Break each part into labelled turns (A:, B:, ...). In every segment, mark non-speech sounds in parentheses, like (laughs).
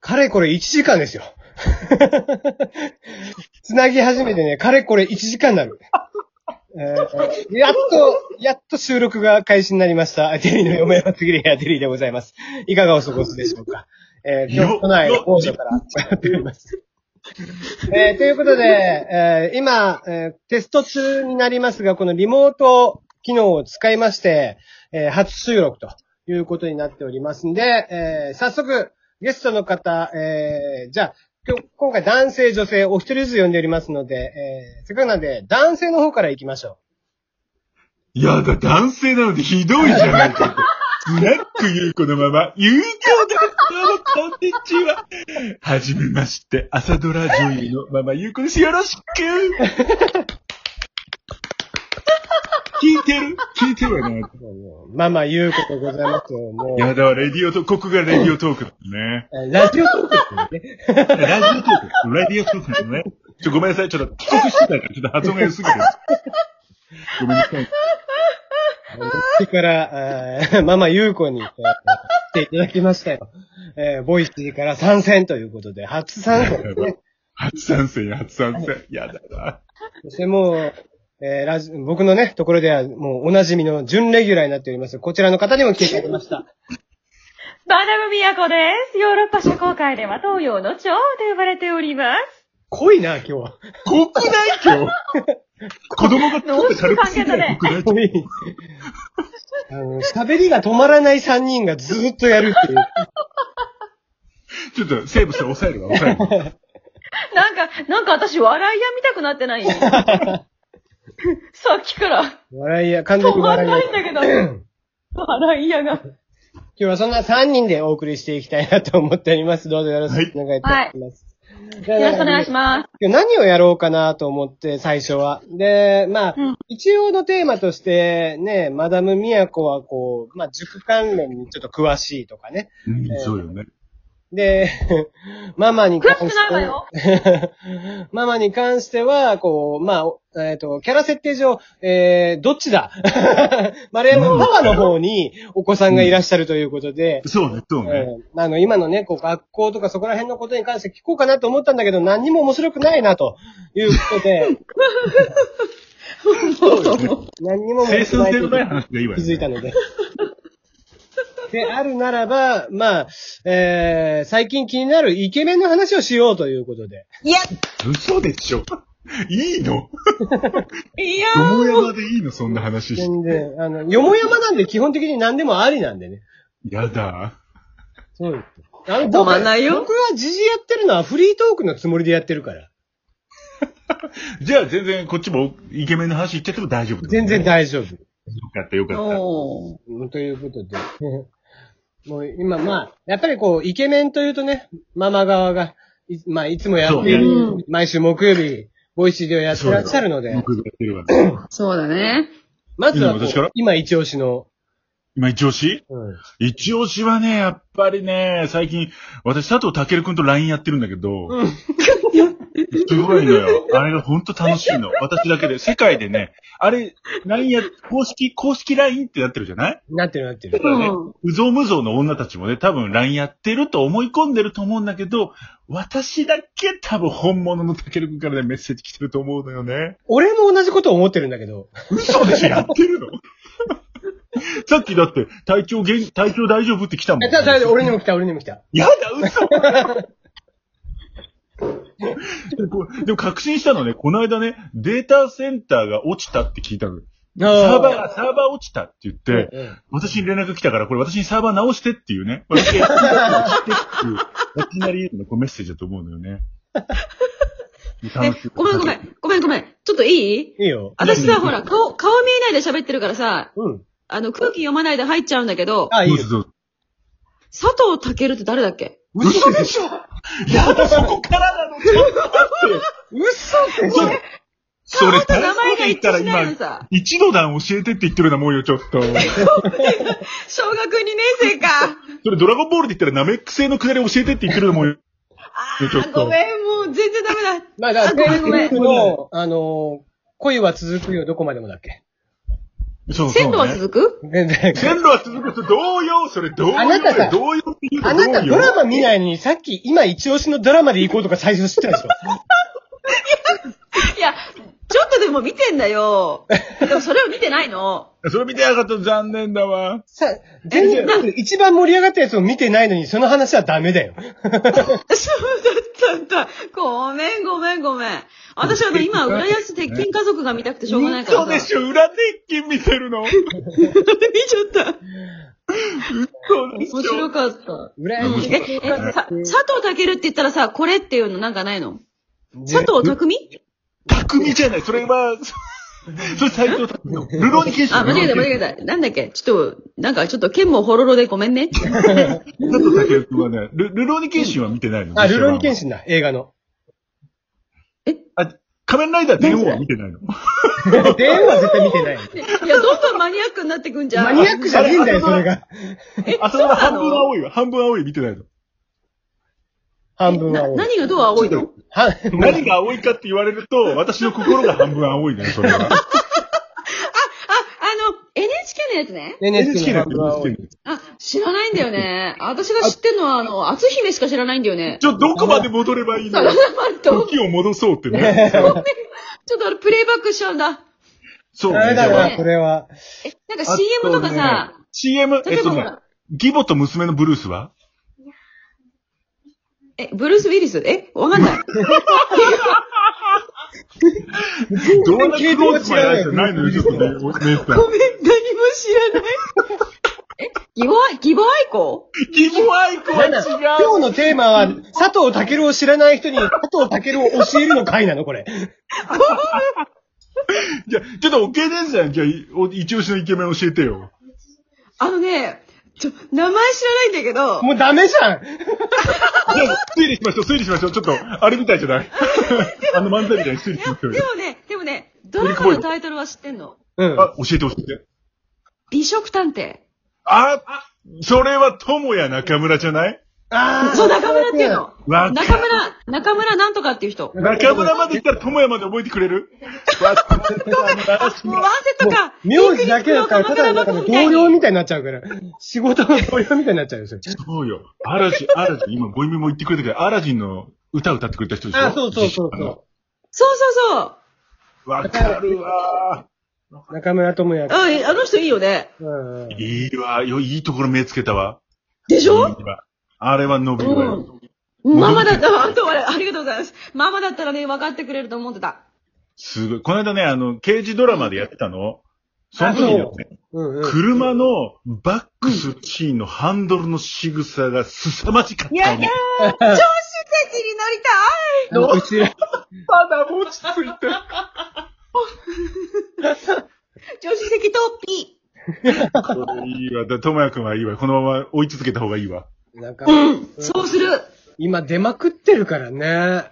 A: かれこれ1時間ですよ。 (laughs) つなぎ始めてね、かれこれ1時間になる。えーやっと、やっと収録が開始になりました。テリーの嫁は次でやテリーでございます。いかがお過ごしでしょうか。えー、今日都内の王女からやっております。えーということで、えー今、えーテスト中になりますが、このリモート機能を使いまして、えー初収録ということになっておりますんで、えー早速、ゲストの方、えーじゃあ、今日、今回男性、女性、お一人ずつ呼んでおりますので、えー、せっかくなんで、男性の方から行きましょ
B: いやだ、男性なのでひどいじゃないか。スナックゆうこのまま、ゆうこドクターのこんにちは。はじめまして、朝ドラ女優のママゆうこです。よろしく聞いてる聞いてるわね。
A: う。もうママ、言うことございますよ。も、
B: いうやだわ、レディオトーク、ここがレディオトークだね。
A: えーラジオトークってね。
B: ラジオトーク、レディオトークだね。ちょ、ごめんなさい、ちょっと帰国してたから、ちょっと発音が良すぎて。ごめんなさい。
A: 乗ってから、えーママ優子に、えー来ていただきましたよ。えーボイシーから参戦ということで、初参戦ですね。
B: 初参戦や、初参戦。やだな。
A: そしてもう、えーラジ僕のね、ところではもうおなじみの準レギュラーになっております。こちらの方にも来ていただきました。
C: マダムミヤコです。ヨーロッパ社交界では東洋の蝶と呼ばれております。
A: 濃いな、今日は。
B: 濃くない
A: (laughs)
B: 今日。子供がちょっと軽くすぎたら
C: 濃
B: 濃くない
A: 濃い。 (laughs) あの、喋りが止まらない3人がずーっとやるっていう。
B: ちょっと、セーブしたら抑えるわ、抑える
A: (laughs)
B: わ。
C: なんか、なんか私笑いや見たくなって (laughs) ないよさっきから
A: 笑いや、完全
C: 止
A: に
C: ま
A: 笑
C: ん
A: いや
C: ないんだけど。笑いやが。
A: 今日はそんな3人でお送りしていきたいなと思っております。どうぞよろしくお願いいたします。
C: よろしくお願いし
A: ます。
C: ます。
A: 今日何をやろうかなと思って、最初は。で、まあ、
C: うん
A: 一応のテーマとして、ね、マダム・ミヤコはこう、まあ、塾関連にちょっと詳しいとかね。
B: うん、そうよね。
A: で、 (laughs) ママに関
C: 詳し
A: し
C: くないわよ。
A: て、 (laughs) ママに関しては、こう、まあ、えっ、と、キャラ設定上、えー、どっちだ (laughs) 丸山パパの方にお子さんがいらっしゃるということで、
B: そうね、そうね。
A: えーあの、今のね、こう、学校とかそこら辺のことに関して聞こうかなと思ったんだけど、何にも面白くないな、ということ
B: (laughs)
A: で、 (laughs) 何にも
B: 生
A: 面白
B: 産性の
A: く
B: な
A: ないいと
B: 話がいいわ
A: 気づい
B: よ
A: た
B: ね。
A: ので。 (laughs) で、あるならば、まあ、えー、最近気になるイケメンの話をしようということで。
C: いや、
B: 嘘でしょ。 (laughs) いいの
C: いや
B: 友山でいいのそんな話して。
A: 全然、あの、よもやまなんで基本的に何でもありなんでね。
B: やだ。
A: そうです。あの
C: 止まんないよ
A: 僕は時事やってるのはフリートークのつもりでやってるから。
B: じゃあ全然こっちもイケメンの話言っちゃっても大丈夫。
A: 全然大丈夫。
B: 丈夫。よかった、よかっ
C: おー
A: うんということで。 (laughs) もう今、まあ、やっぱりこう、イケメンというとね、ママ側が、いまあ、いつもやってい
C: そう
A: る、毎週木曜日、ボイシーではやってらっしゃるの
B: た。
A: で、
B: 僕がやってるわね。
C: そうだね。
A: まずはこ
B: いいの私か
A: う
B: ら、
A: 今一押しの、
B: 今、一押し一押しはね、やっぱりね、最近、私、佐藤健くんと LINE やってるんだけど、
A: うん
B: すごいのよ。あれがほんと楽しいの。私だけで。世界でね、あれ、LINE や、公式、公式 LINE ってなってるじゃない
A: なってるなってる。
C: うん
B: ねうぞうむぞうの女たちもね、多分 LINE やってると思い込んでると思うんだけど、私だけ多分本物のタケルくんからね、メッセージ来てると思うのよね。
A: 俺も同じこと思ってるんだけど、
B: 嘘でしょやってるの (laughs) さっきだって、体調げん、体調大丈夫って来たもん、
A: え、ただ、た俺にも来た、俺にも来た。
B: やだ、嘘 (laughs) でこうでも確信したのね、この間ね、データセンターが落ちたって聞いたの。サーバーが、サーバー落ちたって言って、
A: うんうん
B: 私に連絡来たから、これ私にサーバー直してっていうね。私にサーバー直してっていう、私なりのこうメッセージだと思うのよね。
C: え、ごめんごめ。ん。ごめんごめん。ちょっといい
A: いいよ。
C: 私
B: うん
C: さ、ほら、顔、顔見えないで喋ってるからさ、
A: うん。
C: あの、空気読まないで入っちゃうんだけど、
A: あ、いい
B: どう
A: よ
B: ぞ。どうぞ。
C: 佐藤健って誰だっけ
B: 嘘でしょやだ、そこからなのちょっと待って
A: 嘘でしょ
B: それ、
C: 顔と名前が一
B: った
C: 致
B: ら
C: しないの
B: 今、
C: さ。
B: 一度段教えてって言ってるようなもんよ、ちょっと。
C: 小学2年生
B: (laughs)
C: か。
B: それ、ドラゴンボールで言ったらナメック星のくだり教えてって言ってるようなもんよ。
C: あ
B: ちょっ
C: ー、
B: と
C: ごめん、もう全然ダメだ。
A: まあ、だから、
C: あごめんごめん
A: テレビの、あのー、恋は続くよ、どこまでもだっけ。
B: そう
C: 線路
B: そう
C: は
B: ね。
C: 続く
A: 全
B: (laughs)
A: 然
B: 線路は続くと同様それ同様
A: あなたさ
B: 同様って言うと
A: あ
B: 同
A: な
B: 様
A: たドラマ見ないのに、さっき今一押しのドラマで行こうとか最初知ってたでしょ
C: いや、ちょっとでも見てん
B: (laughs)
C: だよ。でもそれを見てないの。
B: それ見てなかった残念だわ。
A: さ、全然、一番盛り上がったやつを見てないのに、その話はダメだよ。
C: そうだったんだ。ごめん、ごめん、ごめん。私はね、今、浦安鉄筋家族が見たくてしょうがないからさ。
B: 嘘でしょ裏鉄筋見てるの
C: 見ちゃった。
B: 嘘でし
C: 面
B: ょ
C: 白かった。
A: 裏
B: うん
A: に。(laughs)
C: え、え、さ、佐藤健って言ったらさ、これっていうのなんかないの佐
A: ね
C: 藤匠
B: 匠じゃない。それ
C: (laughs)
B: は、それ斎藤匠の。ルローニケンシ
C: あ、間違えた、間
B: え
C: 違えた。なんだっけちょっと、なんかちょっと剣もほろろでごめんね。
B: た。佐藤健君はね、ルルローニケンシンは見てないの。
A: あ、ルロニケン
B: シ
A: シンだ、映画の。
B: あ、仮面ライダー電王は見てないの。
A: (laughs) 電話は絶対見てない。
C: いや、どんどんマニアックになってくんじゃん。
A: マニアックじゃねえんだよ、それが。
C: え、
B: あ、そ
C: そ
B: れ
C: う
B: は
C: な
B: 半分
C: の
B: 青いわ。半分青い見てないの。
A: 半分は
C: な
A: 多い。
C: 何がどう青いの
A: は
B: 何が青いかって言われると、私の心が半分青いね、それは。
A: (laughs)
C: あ、あの、NHK のやつね。
A: NHK の半分は多
B: NHK
A: い。
B: の
C: あ、知らないんだよね。私が知ってんのは、あの、篤姫しか知らないんだよね。
B: ちょ、どこまで戻ればいいの
C: あと
B: 時を戻そうって (laughs) ね。
C: ちょっとあれ、プレイバックしちゃうんだ。
B: そうね。
A: ダメだ
C: わ
A: な、これは。
C: え、なんか CM とかさ、
B: あとね CM、え
C: 例
B: っ
C: えば
B: と
C: ほ
B: ね
C: ら、
B: 義母と娘のブルース (laughs) は
C: え、ブルース・ウィリスえ、わかんない。
B: どんなクローズまでじゃないのよ、ちょっとね。お姉さん。
C: ごめん、何も知らない。え、義母愛、義母愛子
B: 義母愛子は違
A: 今日のテーマは、佐藤健を知らない人に佐藤健を教えるの回なの、これ。
B: う。じゃ、ちょっとおけねえじゃん。じゃあ、お一押しのイケメン教えてよ。
C: あのね、ちょ、名前知らないんだけど、
A: もうダメじゃん
B: じゃあ、推理しましょう、推理しましょう。ちょっと、あれみたいじゃない (laughs) あの漫才みたいに推理しましょう
C: で
B: よ。
C: もね、でもね、ドラマのタイトルは知ってんの。
A: うん。
B: あ、教えて教えて。
C: 美食探偵。
B: あ、それは友也中村じゃない
A: あー
C: そう、中村っていうの。
B: わか
C: 中村、中村なんとかっていう人。
B: 中村まで行ったら友也まで覚えてくれ (laughs) るわ
C: あ、ワンセットか。
A: 名字だけだったら、ただなんか同僚
C: に。
A: みたいになっちゃうから。仕事の同僚みたいになっちゃうよ、それ。
B: そうよ。アラジン、アラジン、今、ボイメも言ってくれたけど、アラジンの歌歌ってくれた人でしょ
A: あ、そうそうそうそ
C: そうそう
B: う。わかるわ
A: う。中村智也
C: そう。。あ、えあの人いいよね。
A: うんうん
B: ー。いいわ。よ、いいところ目つけたわ。
C: でしょ
B: いいわあれは伸びるわよ。
C: うんママだったら、本当あれ、ありがとうございます。ママだったらね、分かってくれると思ってた。
B: すごい。この間ね、あの、刑事ドラマでやってたの。その時にね、
A: うんうん。
B: 車のバックスキーのハンドルの仕草が凄まじかった
C: や
B: の
C: だー超出席に乗り
A: (laughs) あのうちら、
B: ただ落ち着いてる。
C: たい超出席とピ
B: これいいわ。だ、ともやくんはいいわ。このまま追い続けた方がいいわ。
A: なんか
C: ー、うん、そうする。
A: 今出まくってるからね。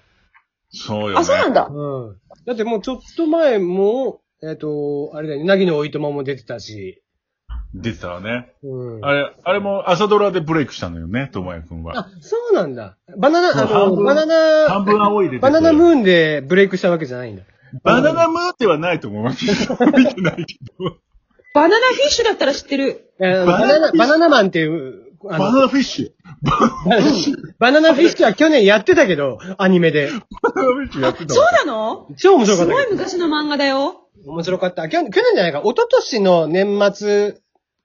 B: そうよ、ね。
C: あ、そうなんだ。
A: うん。だってもうちょっと前も、えっと、あれだよね、なぎのおいとまも出てたし。
B: 出てたわね。
A: うん。
B: あれ、あれも朝ドラでブレイクしたのよね、ともやくんは。
A: あ、そうなんだ。バナナ、あ
B: そう半
A: の、
B: 分
A: バナナ
B: 半、分青いで出て
A: バナナ
B: ーン。
A: ムーンでブレイクしたわけじゃないんだ。
B: バナナムーンではないと思います。見てないけど。
C: バナナフィッシュだったら知ってる。
A: えー
B: バ
A: バ
B: ナナ
A: ナナ、バナナマンっていう、あ
B: バ
A: の
B: ナナフィッシュ。
A: バナナフィッシュは去年やってたけど、アニメで。
B: バナナフィッシュやってた
C: そう
B: わ。
C: なの
A: 超面白か
C: す
A: った
C: ご
A: け
C: い昔の漫画だよ。
A: ど。面白かった。去去年じゃないか。一昨年の年末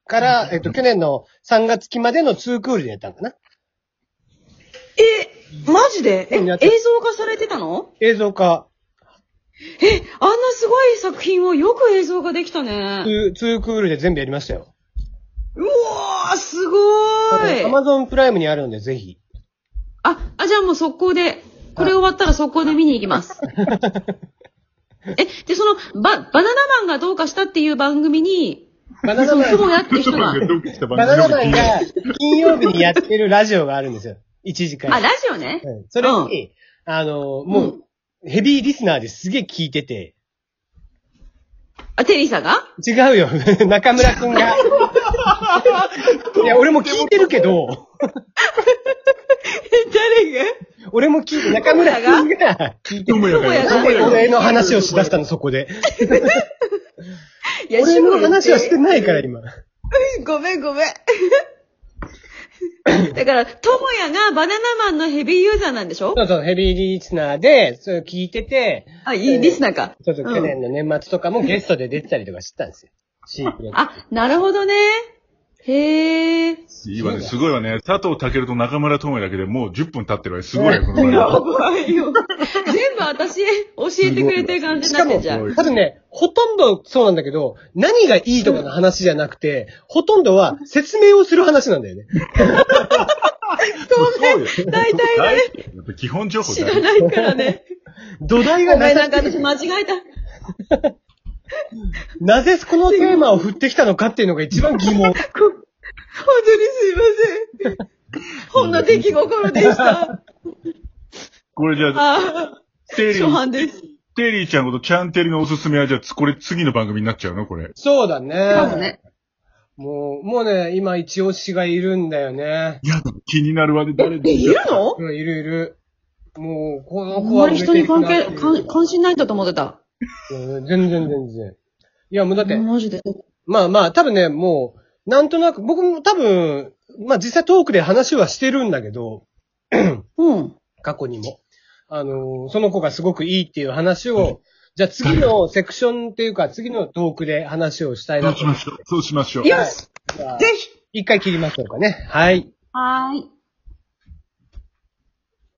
A: から、えっと、去年の3月期までの2クールでやったんかな。
C: え、マジでえ、
A: うんやっ
C: 映
A: てた
C: 像化されてたの
A: 映像化。
C: え、あんなすごい作品をよく映像化できたね。
A: 2, 2クールで全部やりましたよ。
C: うわー、すご
A: ア
C: ーい。
A: マゾンプライムにあるので、ぜひ。
C: あ、あ、じゃあもう速攻で、これ終わったら速攻で見に行きます。え、で、その、バ、バナナマンがどうかしたっていう番組に、
A: バナナ
C: そ
A: マ
C: の、
A: ン
C: 友やって人が、
B: が同期した番
A: (laughs) バナナマン
B: 組で
A: が金曜日にやってるラジオがあるんですよ。1時間。
C: あ、ラジオね。
A: うんそれに、あの、もう、ヘビーリスナーですげえ聞いてて、
C: あ、テリーさんが
A: 違うよ、 (laughs) 中村くん (laughs) が。いや、俺も聞いてるけど、
C: 誰が
A: 俺も聞いて、中村くんが聞いて
B: とも
A: る。
B: やがや
C: 友也が
A: 俺の話をしだしたの、そこで。
C: いや、
A: 俺の
C: 主婦
A: 話は
C: っ
A: してないから、今。
C: ごめんごめん。だから、ともやがバナナマンのヘビーユーザーなんでしょ
A: そうそう、ヘビーリスナーで、それを聞いてて、
C: あ、いいリスナーか。
A: ちょっと去年の年末とかもゲストで出てたりとかしてたんですよ。シークレット。
C: あ、なるほどね。へえ。
B: いいわね、すごいわね。佐藤健と中村智也だけでもう10分経ってるわね。すごいよ、この
C: や
B: 話。
C: ばいよ。全部私、教えてくれてる感じ
A: し
C: に
A: か
C: なって
A: も、
C: んじゃん。
A: 多分ね、ほとんどそうなんだけど、何がいいとかの話じゃなくて、ほとんどは説明をする話なんだよね。
B: そうよ。
C: 大体
B: 大
C: ね、
B: 体やっぱ基本情報
C: 知
B: だ
C: ら
B: ね。
C: ないからね。
A: 土台
C: ご
A: がな
C: めん、な
A: さ
C: んか
A: すぎ
C: 私
A: て
C: 間違えた。
A: なぜこのテーマを振ってきたのかっていうのが一番疑問。
C: こ (laughs) 本当にすいません。ほんの出来心でした。
B: これじゃあ、
C: (laughs) あ
B: テ
C: ー、
B: リ
C: 初
B: ー、
C: 版です。
B: テリーちゃんことチャンテリのおすすめは、じゃあ、これ次の番組になっちゃうのこれ。
A: そうだね。
C: 多分ね。
A: もう、もうね、今一押しがいるんだよね。
B: いや、気になるわね、誰
C: え、いるの
A: うんいるいる。もう、この
C: あん
A: 子は
C: ま
A: 売
C: り
A: れ
C: 人
A: てい
C: に
A: く
C: 関
A: なっていう
C: 係、関関心ないんだと思ってた。
A: うん全然全然。いや、もうだって、
C: マジで。
A: まあまあ、多分ね、もう、なんとなく、僕も多分、まあ実際トークで話はしてるんだけど、
C: うん。
A: 過去にも。あのー、その子がすごくいいっていう話を、じゃあ次のセクションっていうか、次のトークで話をしたい
B: そ
A: な
B: う
A: と
B: し。ましょう。そうしましょう。
C: よし
A: じゃあ
C: ぜひ
A: 一回切りましょうかね。はい。
C: はーい。